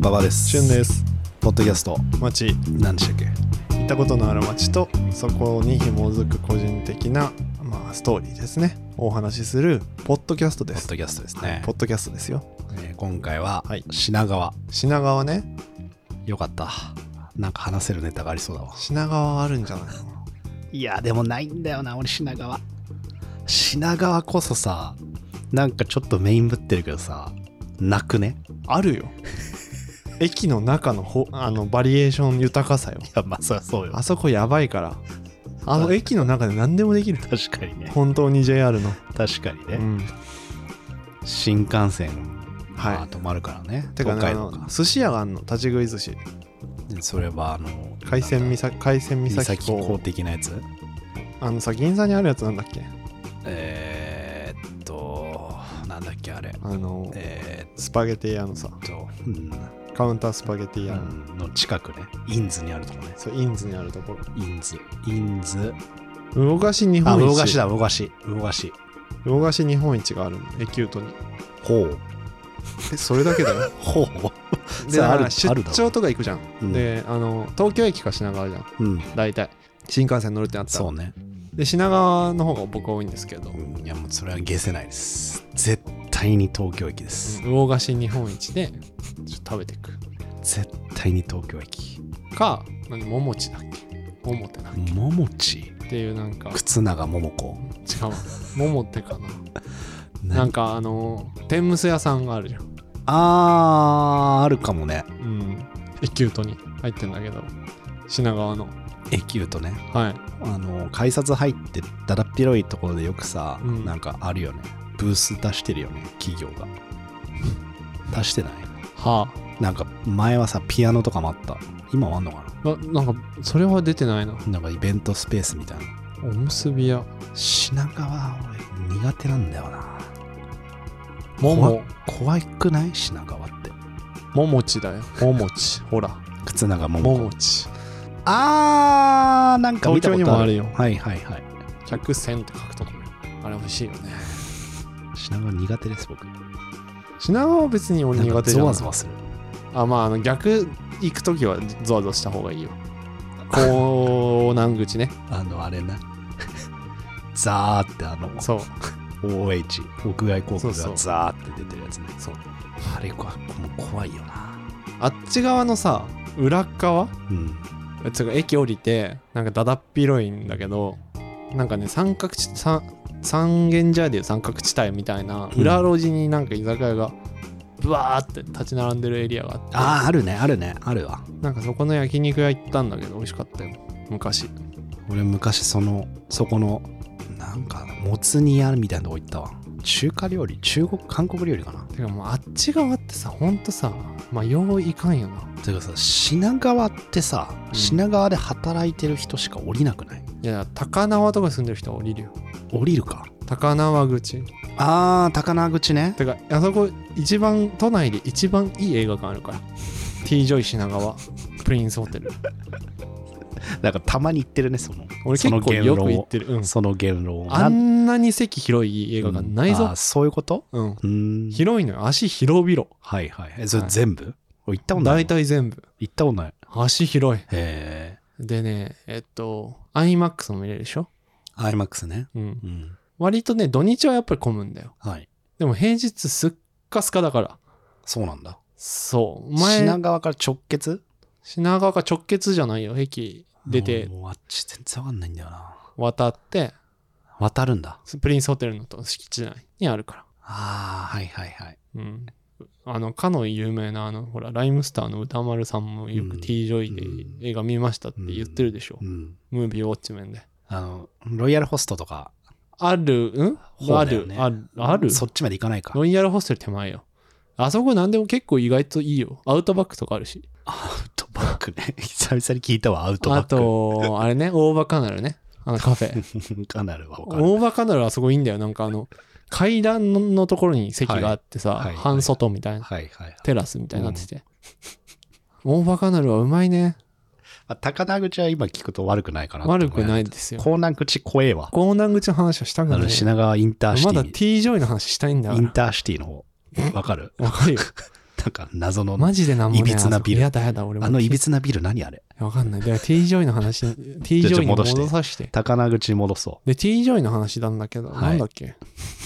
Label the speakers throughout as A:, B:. A: 馬場です
B: 旬です
A: ポッドキャスト
B: 町
A: 何でしたっけ
B: 行ったことのある町とそこに紐づく個人的な、まあ、ストーリーですねお話しするポッドキャストで
A: ポッ
B: す
A: ドキャストですね
B: ポ、ッドキャストですよ
A: えー今回は
B: はい
A: 品川、
B: 品川ね
A: よかったなんか話せるネタがありそうだわ
B: 品川はあるんじゃないの
A: いやでもないんだよな俺品川品川こそさなんかちょっとメインぶってるけどさなくね
B: あ るよ駅の中のほあのバリエーション豊かさよ
A: いやまあそりゃそう
B: あそこやばいからあの駅の中で何でもできる
A: 確かにね
B: 本当に JR の、
A: 確かにね、
B: うん、
A: 新幹線
B: はい
A: まあ止まるからね、
B: てかね
A: 東
B: あ
A: 海道
B: の寿司屋があんの立ち食い寿司
A: でそれはあの
B: 海鮮
A: なんだ
B: 岬海鮮
A: 三
B: 岬
A: 崎港
B: 港
A: 的なやつ
B: あのさ銀座にあるやつなんだっけ
A: えー、っとなんだっけあれ
B: あの
A: え
B: スパゲティ屋のさ
A: ー、っと、うん
B: カウンタースパゲティ屋の、
A: うんの近くねインズにあるとこね
B: そうインズにあるところ
A: インズインズ
B: 魚河岸日
A: あ
B: 本一
A: 魚河岸だ魚河岸魚河岸
B: 魚河岸日本一があるのエキュートに
A: ほう
B: えそれだけだよ
A: ほう
B: で
A: それあ
B: だ
A: る
B: から出
A: あるだろ
B: 張とか行くじゃん、
A: うん
B: であの東京駅か品川じゃん
A: うん
B: 大体新幹線乗るってなった
A: そ
B: ら
A: うね、
B: で品川の方が僕多いんですけど、
A: うんいやもうそれはゲせないです絶対に東京駅です、
B: 魚河岸日本一でちょっと食べていく
A: 絶対に東京駅
B: か何桃地だっけ桃ってな
A: 桃地
B: っていうなんか
A: 靴長桃子
B: 違う桃ってかななんかあの天むす屋さんがあるじゃん
A: あーあるかもね
B: うん、エキュートに入ってんだけど品川の
A: エキュートね
B: はい
A: あの改札入ってだだっ広いところでよくさ、
B: うん
A: なんかあるよねブース出してるよね企業が出してない
B: は
A: なんか前はさピアノとかもあった今はあんのか
B: あななんかそれは出てないな
A: ななんかイベントスペースみたいな
B: おむすび屋
A: 品川俺苦手なんだよな
B: もも
A: 怖いくない品川って
B: ももちだよももちほら
A: 靴長桃
B: も
A: 子
B: もち
A: あーなんか見たことある
B: 東京にもあるよ
A: はいはいはい
B: 客船って書くとこねあれ美味しいよね
A: 品川苦手です僕
B: 品川は別に俺
A: なんか
B: 苦手じゃ
A: ゾ
B: な
A: ワ
B: い
A: ゾワする
B: あまああの逆行く時はゾワゾワした方 がいいよこう南口ね
A: あのあれな ザーってあの
B: そう
A: OH 屋外広
B: そう
A: 告
B: そ
A: が
B: う
A: ザーって出てるやつねそうあれ怖もう怖いよな
B: あっち側のさ裏っ側
A: うん
B: つうか駅降りてなんかだだっ広いんだけどなんかね三角地三三軒茶屋でいう三角地帯みたいな
A: うん
B: 裏路地になんか居酒屋がブワーって立ち並んでるエリアがあって
A: あああるねあるねあるわ
B: なんかそこの焼肉屋行ったんだけど美味しかったよ昔
A: 俺昔そのそこのなんかもつ煮屋みたいなとこ行ったわ中華料理中国韓国料理かな
B: てかもうあっち側ってさほんとさまあよういかんよな
A: ていうかさ品川ってさ、
B: ん
A: 品川で働いてる人しか降りなくない
B: いや高輪とか住んでる人は降りるよ
A: 降りるか
B: 高輪口
A: あー高輪口ね
B: てかあそこ一番都内で一番いい映画館あるから T ・ジョイ品川プリンスホテル
A: なんかたまに行ってるねその
B: 俺
A: そ
B: 結
A: の
B: 構
A: 言
B: よ
A: 論
B: く
A: を
B: 行ってる、うん、
A: その言論を
B: あんなに席広い映画館ない
A: うんあ
B: ぞ
A: ー、そういうこと
B: うん
A: うーん
B: 広いのよ足広々
A: はいはい。え、それ
B: はい
A: 全部、俺行ったことない。
B: 大体全部
A: 行ったことない。
B: 足広い
A: へえ。
B: でねえっと iMAX も見れるでしょ、
A: IMAX ね。
B: うん、
A: うん。
B: 割とね土日はやっぱり混むんだよ
A: はい。
B: でも平日すっかすかだから
A: そうなんだ。
B: そう前
A: 品川から直結
B: 品川が直結じゃないよ駅出て
A: もうもうあっち全然わかんないんだよな。
B: 渡って
A: 渡るんだ。
B: プリンスホテルのと敷地内にあるか
A: ああ、はいはいはい。
B: らうんあのかの有名なあのほらライムスターの歌丸さんもよ
A: う
B: く
A: ん
B: T ・ジョ
A: うん
B: イで映画見ましたって言ってるでしょ、
A: うん。
B: ムービーウォッチメンで。
A: あの、ロイヤルホストとか、
B: ある、うん
A: 方
B: あ
A: だよ
B: る
A: ね、
B: ある、ある。
A: そっちまで行かないか。
B: ロイヤルホステル手前よ。あそこなんでも結構意外といいよ。アウトバックとかあるし。
A: アウトバックね。 久々に聞いたわ、アウトバ
B: あ
A: ック。
B: と、あれね、大場カナルね。あのカフェ。
A: かな るわ、わかる。
B: 大場カナルあそこいいんだよ。なんかあの、階段ののところに席があってさ、
A: はいはい
B: 半外みたいな、
A: はいはいはい。
B: テラスみたいになってて。大場カナルはうまいね。
A: まあ高田口は今聞くと悪くないかな。。
B: 悪くないいですよ。
A: 江南口怖えわ。
B: 江南口の話はしたく
A: あ
B: ない
A: の、。品川インターシテ
B: ま
A: ィ
B: だ T ・ジョイの話したいんだか
A: イン
B: ら。
A: ターシティの方。わかる
B: わかるよ。
A: なんか謎の、
B: マジでなんもねえ
A: いびつなビル
B: やだやだ、俺も。
A: あのいびつなビル何あれ
B: わかんない。で、T ・ジョイの話、T ・ ジ
A: じゃあ
B: ョイに戻
A: 戻して
B: させて。
A: 高輪口に戻そ
B: で、T ・ジョイの話なんだけど、
A: はい
B: なんだっけ。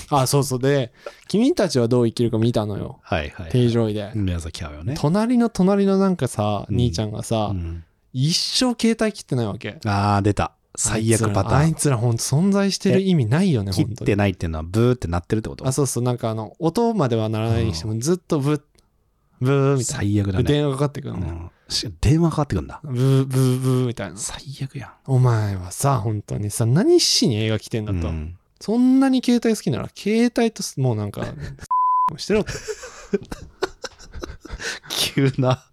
B: あ、そうそう。で、君たちはどう生きるか見たのよ
A: う。。はいはい。
B: T ・ジョイで。
A: 宮崎駿ね。
B: 隣の隣のなんかさ、
A: うん
B: 兄ちゃんがさ
A: う、ん
B: 一生携帯切ってないわけ。
A: あー、出た。最悪パタ
B: あ
A: ー
B: い
A: ン。
B: つらあいつらほんと存在してる意味ないよね、
A: 切
B: 本
A: っ
B: 当
A: て
B: に。
A: ないっていうのはブーってなってるってこと
B: あ、そうそう。なんかあの、音まではならないにしても、ずっとブッ、ブーみたいな。
A: 最悪だ
B: で
A: ね。
B: 電話かかってくるの
A: う
B: ね。
A: んし電話かかってくんだ。
B: ブー、ブー、ブーみたいな。
A: 最悪やん。
B: お前はさ、本当にさ、何しに映画来てんだと。
A: うん
B: そんなに携帯好きなら、携帯とす、もうな んか、してろって。
A: 急 な、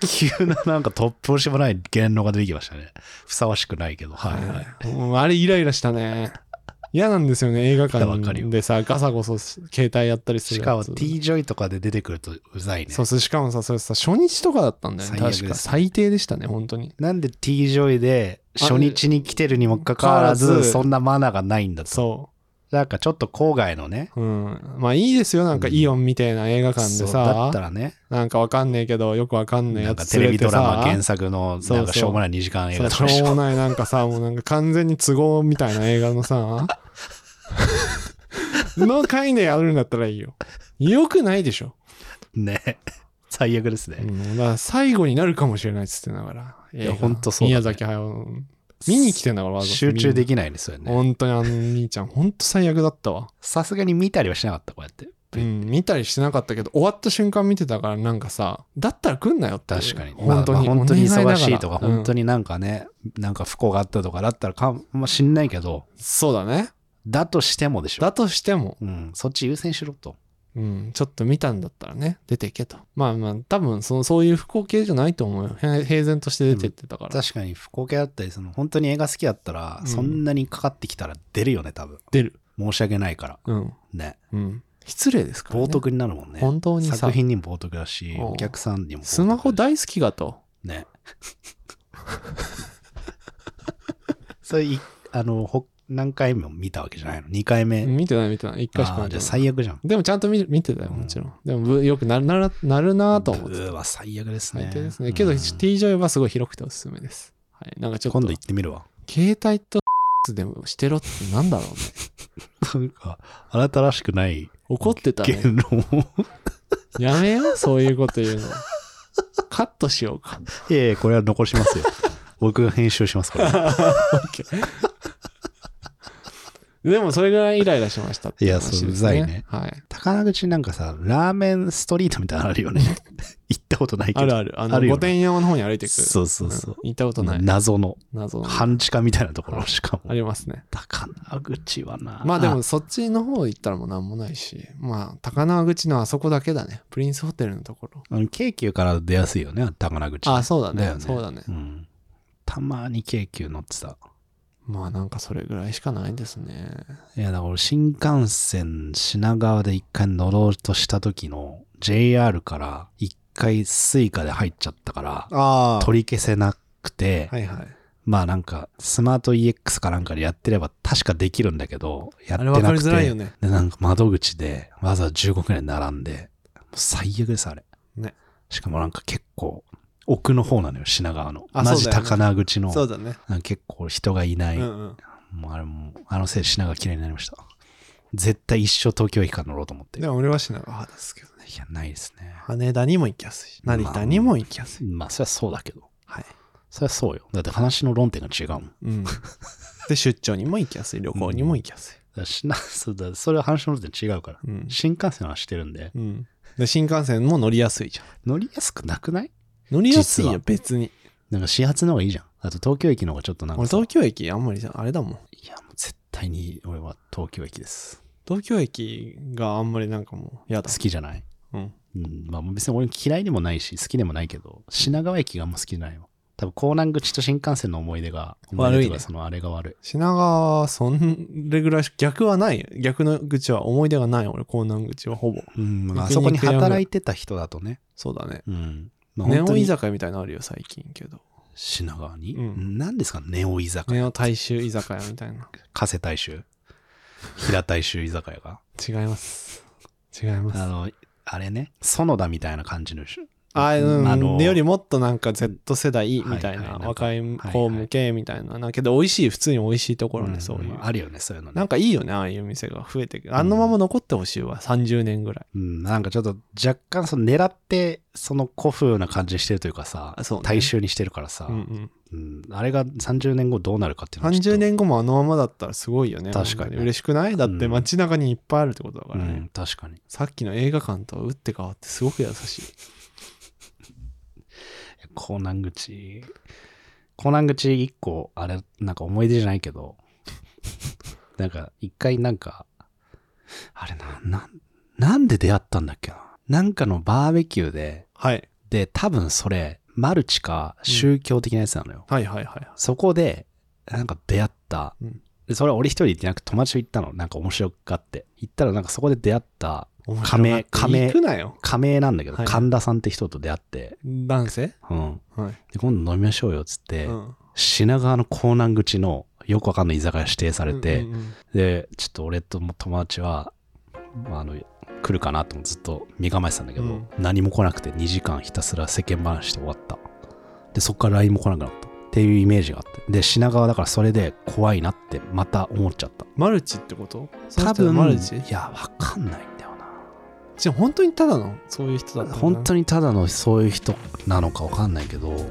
A: 急ななんか突拍子もない言論が出てきましたね。ふさわしくないけど。はいはい。
B: もうあれイライラしたね。嫌なんですよね、映画
A: わかる
B: 館
A: よ
B: でさ、ガサゴソ携帯やったりす
A: し
B: る
A: か
B: や
A: も
B: つ。
A: T ・ジョイとかで出てくるとうざいね
B: そ。うそう、しかもさ、それさ、初日とかだったんだよね。
A: 最悪です
B: 確か。最低でしたね、本当に。
A: なんで T ・ジョイで初日に来てるにもかかわら
B: 変わら
A: ず、
B: ず
A: そんなマナーがないんだと。
B: そ
A: なんかちょっと郊外のね。
B: う。うん。まあいいですよ、なんか
A: うん
B: イオンみたいな映画館
A: そ
B: で
A: うだった
B: さ、
A: らね、
B: なんかわかんねえけど、よくわかんね
A: な
B: えや
A: んか
B: つ
A: テ
B: 連
A: レ
B: れ
A: ビ
B: て
A: ド
B: さ。
A: ラマ原作の
B: そ
A: な
B: うそうん
A: かしょうもない2時間映
B: そ
A: 画
B: う
A: とかで
B: し
A: し
B: ょう
A: ょ。
B: もないなんかさもうなんか完全に都合みたいな映画のさ の回でやるんだったらいいよよくないでしょ、
A: ね。最悪です
B: う
A: ね。
B: ん、だから最後になるかもしれないっつってながら
A: いや
B: 映画
A: ほんとそうだね
B: 宮崎駿見に来てんだからわざと
A: 集中で
B: き
A: きないですよね。
B: 本当にあの兄ちゃん本当最悪だったわ、
A: さすがに見たりはしなかった、こうやって。
B: うん、見たりしてなかったけど終わった瞬間見てたからなんかさだったら来んなよっていう
A: 確かに。
B: 本当に、
A: まあまあ本当に忙しいとか、本
B: 本当
A: 当
B: に
A: になんかね、なんか不幸があったとかだったらかもしんないけど、
B: そうだね
A: だとしてもでしょ。
B: だとしても
A: うん、そっち優先しろと。
B: うん、ちょっと見たんだったらね、出ていけと。まあまあ、多分そのそういう不幸系じゃないと思うよ。へ平然として出てってたから。
A: 確かに不幸系だったり、その本当に映画好きだったら
B: う、ん
A: そんなにかかってきたら出るよね、多分。
B: 出る。
A: 申し訳ないから。
B: うん。
A: ね。
B: うん。失礼ですから、ね。
A: 冒涜になるもんね。
B: 本当にさ
A: 作、品にも冒涜だし、
B: うん
A: お客さんにも冒涜だし。
B: スマホ大好きがと。
A: ね。 それい、あの、ほ何回も見たわけじゃないの ?2 回目。
B: 見てない見てない。一回しか
A: あー
B: 見
A: じ
B: て
A: ゃあ
B: ない。
A: 最悪じゃん。
B: でもちゃんと見見てたよ、もちろん。でもぶよくなるならなるなぁと思っ
A: ブ
B: て
A: ー
B: た。
A: は最悪ですね。
B: 最低ですね。けど、
A: うん
B: T ジョイはすごい広くておすすめです。はい。なんかちょっと、
A: 今度行ってみるわ。
B: 携帯と でもしてろってなんだろう
A: な
B: ね。
A: んか、新しくない
B: 怒ってたね。
A: 言論を。
B: やめよう、そういうこと言うの。カットしようか。
A: いやいや、これは残します よ。僕が編集します、これ。
B: でもそれぐらいイライラしましたって
A: いや
B: 話です
A: そううざいね
B: はい。
A: 高輪口なんかさ、ラーメンストリートみたいなのあるよね。 行ったことないけど。
B: あるある。あの、
A: あるよね
B: 御殿山の方に歩いてくる。
A: そうそうそう。
B: ん行ったことない。
A: 謎の
B: 謎の。
A: 半地下みたいなところ、
B: はい
A: しか
B: あ
A: も。
B: りますね。
A: 高輪口はな。
B: まあでもそっちの方行ったらもうなんもないし、まあ高輪口のあそこだけだね。プリンスホテルのところ。
A: あの京急から出やすいよね、高輪口。
B: あ、そうだね。
A: だよね
B: そうだね。
A: うん。たまに京急乗ってた。
B: まあなんかそれぐらいしかないですね。
A: いや、だから俺新幹線品川で一回乗ろうとした時の JR から一回スイカで入っちゃったから、
B: あ
A: 取り消せなくて、
B: はいはい。
A: まあなんかスマート EX かなんかでやってれば確かできるんだけど、やっ
B: あ
A: て
B: れ
A: なく
B: 分
A: て。
B: かりづらいよね。
A: で、なんか窓口でわざわざ15くらい並んで、もう最悪です、あれ。
B: ね
A: しかもなんか結構奥の方なのよ、品川の。
B: あ
A: 同
B: そ
A: じ
B: うだよね
A: 高輪口の。
B: そうだね。
A: なんか結構人がいない。
B: うんうん。
A: もうあれも、あのせいで品川綺麗になりました。絶対一生東京駅から乗ろうと思って。い
B: でも俺は品川派ですけどね。
A: や、ないですね。
B: 羽田にも行きやすいし、成田にも行きやすい。
A: まあ、そりゃそうだけど。
B: はい。
A: そりゃそうよ。だって話の論点が違うもん。だか
B: うん。で、出張にも行きやすい、旅行にも行きやす
A: らしな そうだそれは話の論点違うから。
B: い。うん。
A: 新幹線はしてるんで、
B: うん。で、新幹線も乗りやすいじゃん。
A: 乗りやすくなくない
B: 乗りやすい
A: 実
B: よ、
A: は
B: 別に。
A: なんか始発の方がいいじゃん。あと東京駅の方がちょっとなん
B: 俺、
A: かさ
B: 東京駅あんまりじゃあれだもん。
A: いや、もう絶対に俺は東京駅です。
B: 東京駅があんまりなんかもう、や
A: 好
B: だ。
A: きじゃない。
B: うん。
A: うん、まあ別に俺嫌いでもないし、好きでもないけど、品川駅があんま好きじゃないわ。多分、江南口と新幹線の思い出が、
B: 悪い
A: 思出
B: ね
A: とかそのあれが悪い。
B: 品川はそれぐらいし、逆はない。逆の口は思い出がない。俺、江南口はほぼ。
A: うん、まああ
B: 焼肉
A: そこに
B: 屋ぐらい
A: 働いてた人だとね。
B: そうだね。
A: うん。まあ
B: ネ
A: 本当
B: オ居
A: に
B: 酒屋みたいなのあるよ、最近けど。
A: 品川に、
B: う
A: 何ですか、ネオ居酒
B: ネ
A: 屋。
B: オ大衆居酒屋みたいな。
A: 加瀬大衆。平大衆居酒屋が。
B: 違います。違います。
A: あの、あれね、園田みたいな感じの人。
B: あうん、
A: あの
B: よりもっとなんか Z 世代みた
A: はいは
B: い
A: いな
B: な、
A: んか
B: 若い子向けみたいな、なんかけど美味しい、普通に美味しいところね、そういう。
A: んあるよね、そういうの
B: な
A: ね
B: ん。かいいよね、ああいう店が増えてくあのまま残ってほしいわ、30年ぐらい。
A: うん、なんかちょっと若干その狙ってその古風な感じにしてるというかさ、
B: あそうね
A: 大衆にしてるからさ、
B: う
A: うんん
B: うん、
A: あれが30年後どうなるかっていうのはちょっと
B: 30年後もあのままだったらすごいよね。
A: 確かにね
B: 本当嬉しくないだって
A: うん
B: 街中にいっぱいあるってことだからね。
A: うん、確かに。
B: さっきの映画館とは打って変わってすごく優しい。
A: 港南口港南口一個あれなんか思い出じゃないけど なんか一回なんかあれななんなんで出会ったんだっけななんかのバーベキューで
B: はい。
A: で多分それマルチか宗教的なやつなのよ、
B: はいはいはい。
A: そこでなんか出会った、
B: うん
A: でそれは俺一人で行ってなくて友達と行ったのなんか面白がって行ったらなんかそこで出会った
B: 面白
A: 仮名
B: がって
A: 仮名
B: 行くなよ。
A: 仮名なんだけど、
B: はい
A: 神田さんって人と出会って、
B: 男性
A: うん、
B: はい。
A: で今度飲みましょうよっつって、
B: うん
A: 品川の港南口のよくわかんない居酒屋指定されて、
B: うんうんうん
A: でちょっと俺とも友達は、まあ、あの来るかなと思ってずっと身構えてたんだけど、
B: うん
A: 何も来なくて2時間ひたすら世間話して終わったでそっから LINE も来なくなったっていうイメージがあってで品川だからそれで怖いなってまた思っちゃった
B: マルチってこと
A: 多
B: その人
A: 分
B: マルチ
A: いやわかんないんだよ
B: じゃあ本当にただのそういう人だった
A: な本当
B: に
A: にただのそういう人なのかわかんないけど指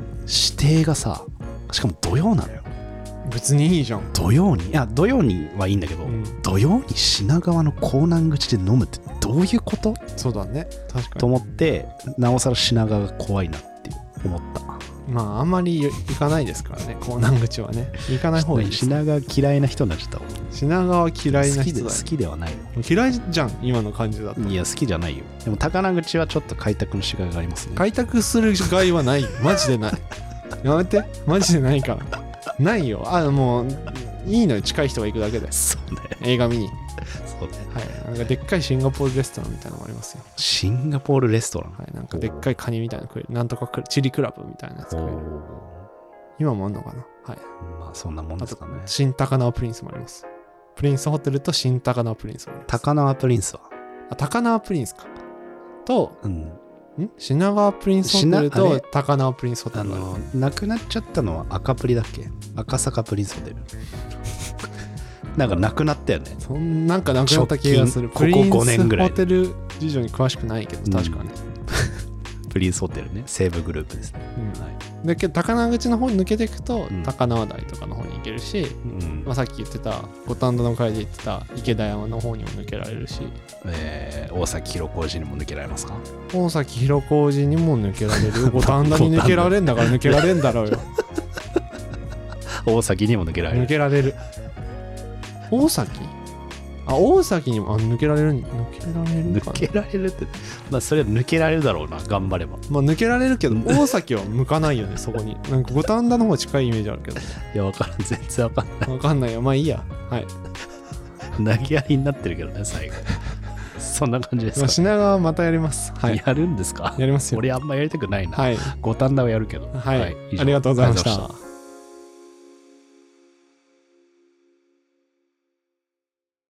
A: 定がさしかも土曜なのよ
B: 別にいいじゃん、
A: 土曜にいや土曜にはいいんだけど、
B: うん、
A: 土曜に品川の港南口で飲むってどういうこと
B: そうだね確かに
A: と思ってなおさら品川が怖いなって思った
B: まああんまり行かないですからね港南口はね行かない方がいいです
A: 品川嫌いな人になっちゃった
B: 品川嫌いな
A: 好きで
B: 人
A: 好
B: だよ
A: きではないよ
B: 嫌いじゃん今の感じだと
A: いや好きじゃないよでも高輪口はちょっと開拓のしがいがありますね
B: 開拓する害はないマジでないやめてマジでないからないよあもういいのよ近い人が行くだけで
A: そうね
B: 映画見に
A: そうね
B: はいなんかでっかいシンガポールレストランみたいなのもありますよ
A: シンガポールレストラン、
B: はいなんかでっかいカニみたいなの食えるなんとかクチリクラブみたいなやつ
A: お
B: 食える今もあんのかなはい。
A: ーまあそんなもん
B: あ
A: です
B: と
A: かね、
B: 新高輪プリンスもあります。プリンスホテルと新高輪プリンスもあります。
A: 高輪プリンスは、
B: あ高輪プリンスか。と、
A: うん、
B: ん品川プリンスホテル
A: 品あ
B: と
A: れ
B: 高輪プリンスホテ
A: あ
B: ルがありま
A: の
B: す。
A: なくなっちゃったのは赤プリだっけ赤坂プリンスホ テルなんかなくなったよね
B: そんなんかなくなった気がする。
A: 直
B: プ
A: 近
B: リン
A: ここ5
B: ス
A: 年ぐら
B: ホ
A: いで
B: テル事情に詳しくないけど、確かね。
A: プリンスホテルね西武グループですね
B: うんだけど、高輪口の方に抜けていくと、
A: うん
B: 高輪台とかの方に行けるし、
A: うん
B: まあ、さっき言ってた、五反田の会で言ってた池田山の方にも抜けられるし、
A: えー大崎広小路にも抜けられますか
B: 大崎広小路にも抜けられ るよ五反田に抜けられんだから抜けられんだろうよ
A: 大崎にも抜けられ
B: 抜
A: る
B: けられる大崎あ大崎にもあ抜けられるん抜けられる
A: 抜
B: かな
A: けられるってまあそれは抜けられるだろうな頑張れば
B: まあ抜けられるけど大崎は向かないよねそこになんか五反田の方が近いイメージある けど
A: いやわからん全然わかん
B: 分かんないよまあいいやはい、
A: ない投げやりになってるけどね最後 そんな感じです
B: まあ、
A: か、
B: 品川またやりますはい
A: やるんですか
B: やりますよ
A: 俺あんまやりたくないな、
B: はい
A: 五反田はやるけど
B: はい
A: 以上
B: ありがとうございました
A: ありがとうございました